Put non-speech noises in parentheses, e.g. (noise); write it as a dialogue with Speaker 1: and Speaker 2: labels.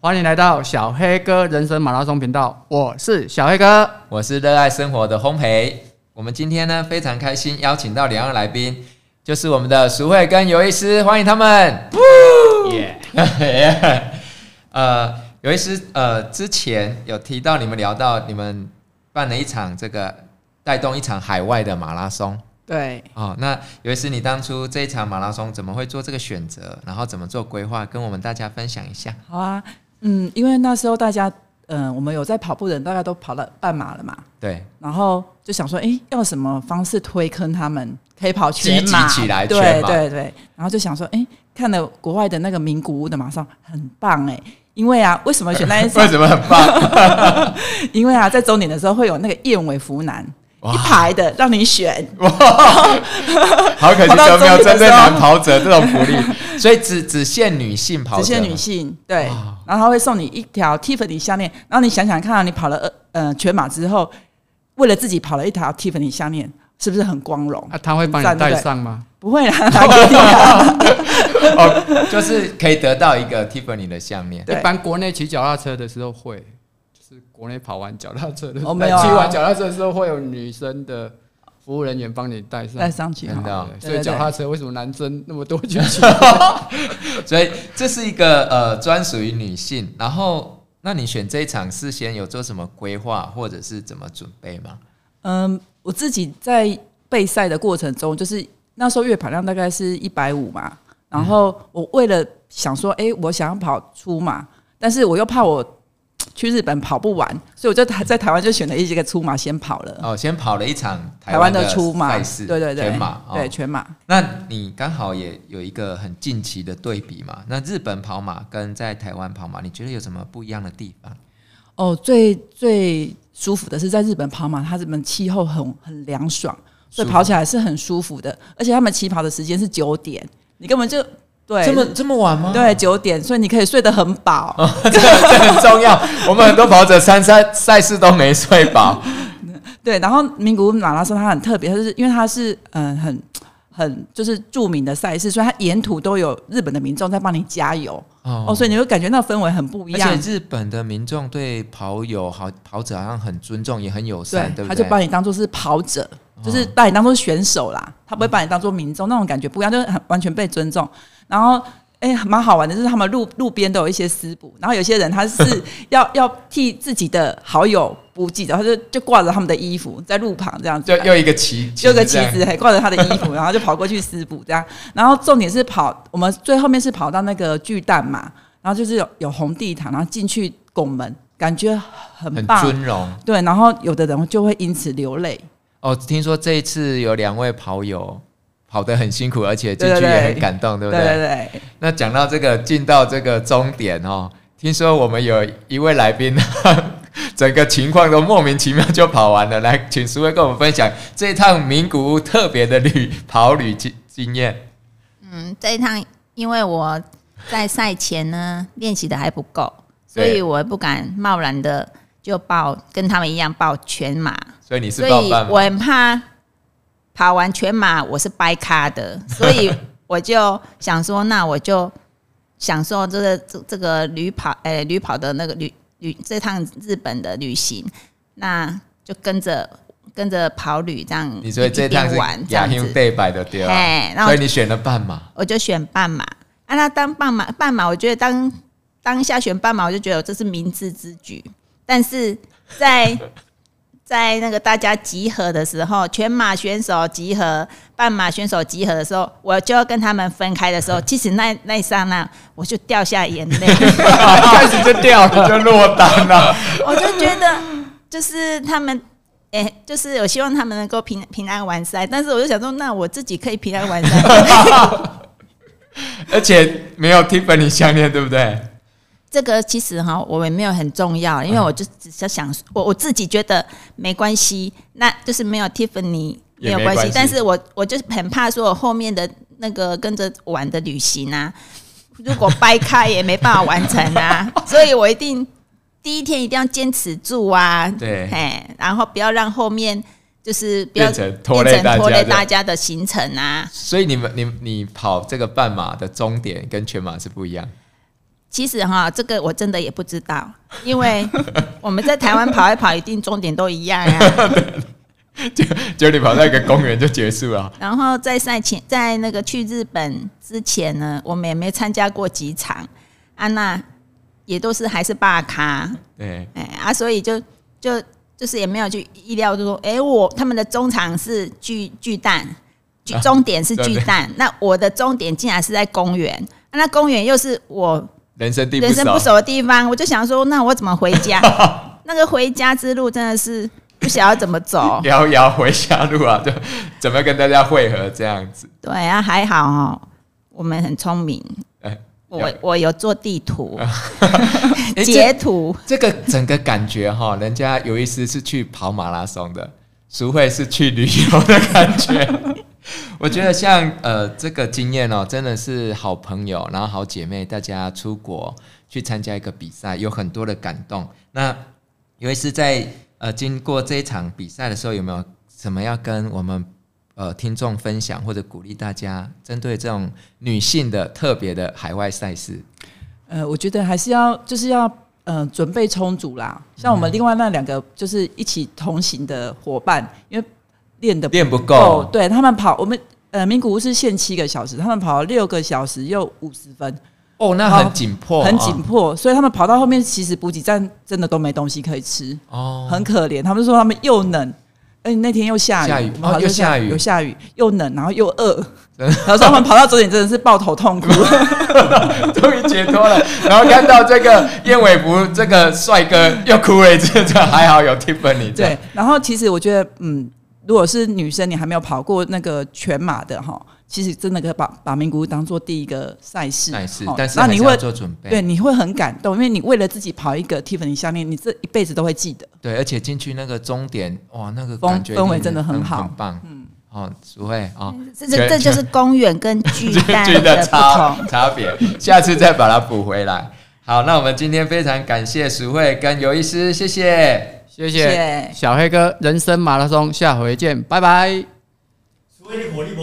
Speaker 1: 欢迎来到小黑哥人生马拉松频道，我是小黑哥。
Speaker 2: 我是热爱生活的烘焙。我们今天呢非常开心，邀请到两位来宾，就是我们的淑慧跟尤医师，欢迎他们。 (laughs) 呃，尤医师，呃，之前有提到你们聊到你们办了一场这个带动一场海外的马拉松
Speaker 1: 对，
Speaker 2: 哦。那尤医师，你当初这一场马拉松怎么会做这个选择，然后怎么做规划，跟我们大家分享一下。
Speaker 3: 好啊，嗯，因为那时候大家，嗯、我们有在跑步的人，大概都跑了半马了嘛，
Speaker 2: 对，
Speaker 3: 然后就想说，哎、要什么方式推坑他们可以跑全
Speaker 2: 积极
Speaker 3: 马？
Speaker 2: 起来
Speaker 3: 对
Speaker 2: 全马
Speaker 3: 对对。然后就想说，哎、看了国外的那个名古屋的马上很棒哎、因为啊，为什么选那
Speaker 2: (laughs)
Speaker 3: 一场？
Speaker 2: 什么很棒？
Speaker 3: (laughs) 因为啊，在终点的时候会有那个燕尾服男
Speaker 2: 哇
Speaker 3: 一排的让你选，
Speaker 2: 好可
Speaker 3: 惜都没有针对男
Speaker 2: 跑者这种福利， (laughs) 所以只只限女性跑者
Speaker 3: 只
Speaker 2: 吗，
Speaker 3: 限女性，对
Speaker 2: 哇，
Speaker 3: 然后他会送你一条 Tiffany 项链，然后你想想看、啊，你跑了呃呃全马之后，为了自己跑了一条 Tiffany 项链，是不是很光荣？
Speaker 1: 啊，他会帮
Speaker 3: 很
Speaker 1: 你
Speaker 3: 赞
Speaker 1: 带
Speaker 3: 对不对
Speaker 1: 上吗？
Speaker 3: 不会啦，拿给你啊
Speaker 2: 哦，就是可以得到一个 Tiffany 的项链。
Speaker 1: 一
Speaker 3: 对
Speaker 1: 般国内骑脚踏车的时候会，就是国内跑完脚踏车的时候，
Speaker 3: 哦没有啊
Speaker 1: 骑完脚踏车的时候会有女生的服务人员帮你带上。
Speaker 3: 带上去
Speaker 2: 真的
Speaker 3: 哈。
Speaker 2: 哦
Speaker 1: 对
Speaker 3: 对
Speaker 1: 所以
Speaker 3: 对
Speaker 1: 脚踏车为什么男生那么多去 (laughs) 骑？
Speaker 2: 所以这是一个呃专属于女性。然后，那你选这一场事先有做什么规划，或者是怎么准备吗？
Speaker 3: 嗯，我自己在备赛的过程中，就是那时候月跑量大概是一百五嘛，然后我为了想说，哎、我想要跑出马，但是我又怕我去日本跑不完，所以我就在台湾就选了一个出马先跑了。
Speaker 2: 哦，先跑了一场
Speaker 3: 台
Speaker 2: 湾
Speaker 3: 湾的出马
Speaker 2: 赛事，
Speaker 3: 对对对，
Speaker 2: 全马。哦、
Speaker 3: 对，全马。
Speaker 2: 那你刚好也有一个很近期的对比嘛？那日本跑马跟在台湾跑马，你觉得有什么不一样的地方？
Speaker 3: 哦，最最舒服的是在日本跑马，它日本气候很很凉爽，所以
Speaker 2: 舒服
Speaker 3: 跑起来是很舒服的。而且他们起跑的时间是九点，你根本就对
Speaker 2: 这么哦这么晚吗？
Speaker 3: 对九点，所以你可以睡得很饱。
Speaker 2: 这个 (laughs) 这很重要。我们很多跑者参赛赛事都没睡饱，
Speaker 3: (laughs) 对，然后名古屋马拉松它很特别，它就是因为它是嗯很很就是著名的赛事，所以它沿途都有日本的民众在帮你加油
Speaker 2: 哦
Speaker 3: 哦，所以你会感觉那氛围很不一
Speaker 2: 而
Speaker 3: 样。
Speaker 2: 且日本的民众对跑友好跑者好像很尊重，也很友善，对不
Speaker 3: 他就
Speaker 2: 对？
Speaker 3: 把你当做是跑者，就是把你当做选手啦，他
Speaker 2: 嗯
Speaker 3: 不会把你当做民众，那种感觉不一样，就是很完全被尊重。然后，哎、蛮好玩的，就是他们路路边都有一些私补，然后有些人他
Speaker 2: (laughs)
Speaker 3: 是要要替自己的好友补给的，他就就挂着他们的衣服在路旁这样子
Speaker 2: 就，又一个旗，
Speaker 3: 就有个
Speaker 2: 旗
Speaker 3: 旗子还挂着他的衣服，然后就跑过去撕补这样。然后重点是跑，我们最后面是跑到那个巨蛋嘛，然后就是有有红地毯，然后进去拱门，感觉很
Speaker 2: 很
Speaker 3: 棒。
Speaker 2: 尊荣
Speaker 3: 对，然后有的人就会因此流泪，
Speaker 2: 哦。听说这一次有两位跑友跑得很辛苦，而且进去
Speaker 3: 对对
Speaker 2: 也
Speaker 3: 对
Speaker 2: 很感动，对
Speaker 3: 对
Speaker 2: 不对？
Speaker 3: 对对，
Speaker 2: 那讲到这个进到这个终点哦，听说我们有一位来宾， (laughs) 整个情况都莫名其妙就跑完了。来，请苏威跟我们分享这一趟名古屋特别的旅跑旅经经验。
Speaker 4: 嗯，这一趟因为我在赛前呢练习的还不够，所
Speaker 2: 对
Speaker 4: 以我不敢贸然的就报跟他们一样报全马，
Speaker 2: 所以你是
Speaker 4: 所
Speaker 2: 报
Speaker 4: 以
Speaker 2: 办
Speaker 4: 我
Speaker 2: 吗？
Speaker 4: 很怕跑完全马我是掰咖的，
Speaker 2: (laughs)
Speaker 4: 所以我就想说，那我就享受这个这这个旅跑，呃、旅跑的那个旅旅这趟日本的旅行，那就跟着跟着跑旅这样
Speaker 2: 你所以
Speaker 4: 嗯一
Speaker 2: 这一趟
Speaker 4: 边
Speaker 2: 是
Speaker 4: 玩这
Speaker 2: 亚
Speaker 4: 样
Speaker 2: 运
Speaker 4: 子，
Speaker 2: 对摆的对吧？
Speaker 4: 哎，然后
Speaker 2: 所以你选了半马，
Speaker 4: 我就选半马。啊，那当半马，半马，我觉得当当下选半马，我就觉得我这是明智之举。但是在在那个大家集合的时候，全马选手集合、半马选手集合的时候，我就要跟他们分开的时候，其实那那一刹那，我就掉下眼泪，
Speaker 2: 一开始就掉了，就落单了。
Speaker 4: 我就觉得就是他们。哎、就是我希望他们能够平平安完赛，但是我就想说，那我自己可以平安完赛，
Speaker 2: 而且没有 Tiffany 项链，对不对？
Speaker 4: 这个其实哈，我们没有很重要，
Speaker 2: 啊
Speaker 4: 因为我就只是想，我我自己觉得没关系，那就是没有 Tiffany
Speaker 2: 也没
Speaker 4: 没有关
Speaker 2: 关
Speaker 4: 系
Speaker 2: 系，
Speaker 4: 但是我我就是很怕说，我后面的那个跟着玩的旅行啊，如果掰开也没办法完成
Speaker 2: (laughs)
Speaker 4: 啊，所以我一定第一天一定要坚持住啊，
Speaker 2: 对
Speaker 4: 哎，然后不要让后面就是不要
Speaker 2: 变成拖累
Speaker 4: 变成拖
Speaker 2: 大家
Speaker 4: 累
Speaker 2: 的
Speaker 4: 大家的行程啊，
Speaker 2: 所以你们你你跑这个半马的终点跟全马是不一样， (laughs)
Speaker 4: 其实哈，这个我真的也不知道，因为我们在台湾跑一跑，一定终点都一样
Speaker 2: (laughs)
Speaker 4: 啊。
Speaker 2: 就你跑到一个公园就结束了，
Speaker 4: 然后在赛前，在那个去日本之前呢，我们也没参加过几场，安、娜也都是还是大咖，
Speaker 2: 对，
Speaker 4: 哎啊，所以就就就是也没有去意料，就说，哎、我他们的中场是巨巨蛋，巨
Speaker 2: 啊
Speaker 4: 终点是
Speaker 2: 对
Speaker 4: 巨
Speaker 2: 对
Speaker 4: 蛋，那我的终点竟然是在公园，啊那公园又是我
Speaker 2: 人生地不
Speaker 4: 人生不
Speaker 2: 熟，。
Speaker 4: 熟的地方，我就想说，那我怎么回 (laughs) 家？那个回家之路真的是不晓得怎么走
Speaker 2: 遥遥回家路啊，就怎么跟大家会合这样子，
Speaker 4: 对啊，还好哦，我们很聪明，
Speaker 2: 哎，
Speaker 4: 我我有做地 (laughs) 图、
Speaker 2: 哎
Speaker 4: 截图，
Speaker 2: 这个整个感觉哈，人家有意思是去跑马拉松的，淑慧是去旅游的感觉。 (laughs) 我觉得像呃这个经验哦，真的是好朋友，然后好姐妹，大家出国去参加一个比赛，有很多的感动。那尤其是在呃经过这一场比赛的时候，有没有什么要跟我们呃听众分享或者鼓励大家，针对这种女性的特别的海外赛事？
Speaker 3: 呃，我觉得还是要就是要呃准备充足啦。像我们另外那两个就是一起同行的伙伴，因为练的
Speaker 2: 练不
Speaker 3: 够，
Speaker 2: 够，啊
Speaker 3: 对他们跑我们呃名古屋是限七个小时，他们跑了六个小时又五十分，
Speaker 2: 哦，那很紧迫，
Speaker 3: 很紧迫，所以他们跑到后面其实补给站真的都没东西可以吃，
Speaker 2: 哦，
Speaker 3: 很可怜。他们说他们又冷。哎，那天又下
Speaker 2: 下
Speaker 3: 雨，
Speaker 2: 雨
Speaker 3: 我们跑
Speaker 2: 哦
Speaker 3: 就
Speaker 2: 又下雨
Speaker 3: 又下雨，又冷，然后又饿， (laughs) 然后说他们跑到终点真的是抱头痛哭。
Speaker 2: 终于解脱了。 (laughs) 然后看到这个燕尾服，这个帅哥又哭了一次，这还好有 Tiffany 这样
Speaker 3: 对，然后其实我觉得，嗯，如果是女生，你还没有跑过那个全马的哈，其实真的可以把把名古屋当做第一个赛事，
Speaker 2: 但是
Speaker 3: 齁
Speaker 2: 但是
Speaker 3: 哦那
Speaker 2: 还
Speaker 3: 你
Speaker 2: 是要
Speaker 3: 会
Speaker 2: 做准备，
Speaker 3: 对你会很感动，因为你为了自己跑一个 Tiffany 项链，你这一辈子都会记得。
Speaker 2: 对而且进去那个终点，哇，那个
Speaker 3: 氛
Speaker 2: 感觉
Speaker 3: 氛围
Speaker 2: 令
Speaker 3: 真的
Speaker 2: 人
Speaker 3: 很好
Speaker 2: 很棒。嗯，哦，淑慧哦， (laughs)
Speaker 4: 这哎这这就是公园跟 (laughs) 巨蛋
Speaker 2: 剧
Speaker 4: 嗯的
Speaker 2: 的
Speaker 4: 不同
Speaker 2: 差。差别，下次再把它补回来。好，那我们今天非常感谢淑慧跟尤医师，谢谢。
Speaker 1: 谢
Speaker 3: 谢
Speaker 1: 谢
Speaker 3: 谢
Speaker 1: 小黑哥，人生马拉松，下回见，拜拜。
Speaker 5: 所以你火力不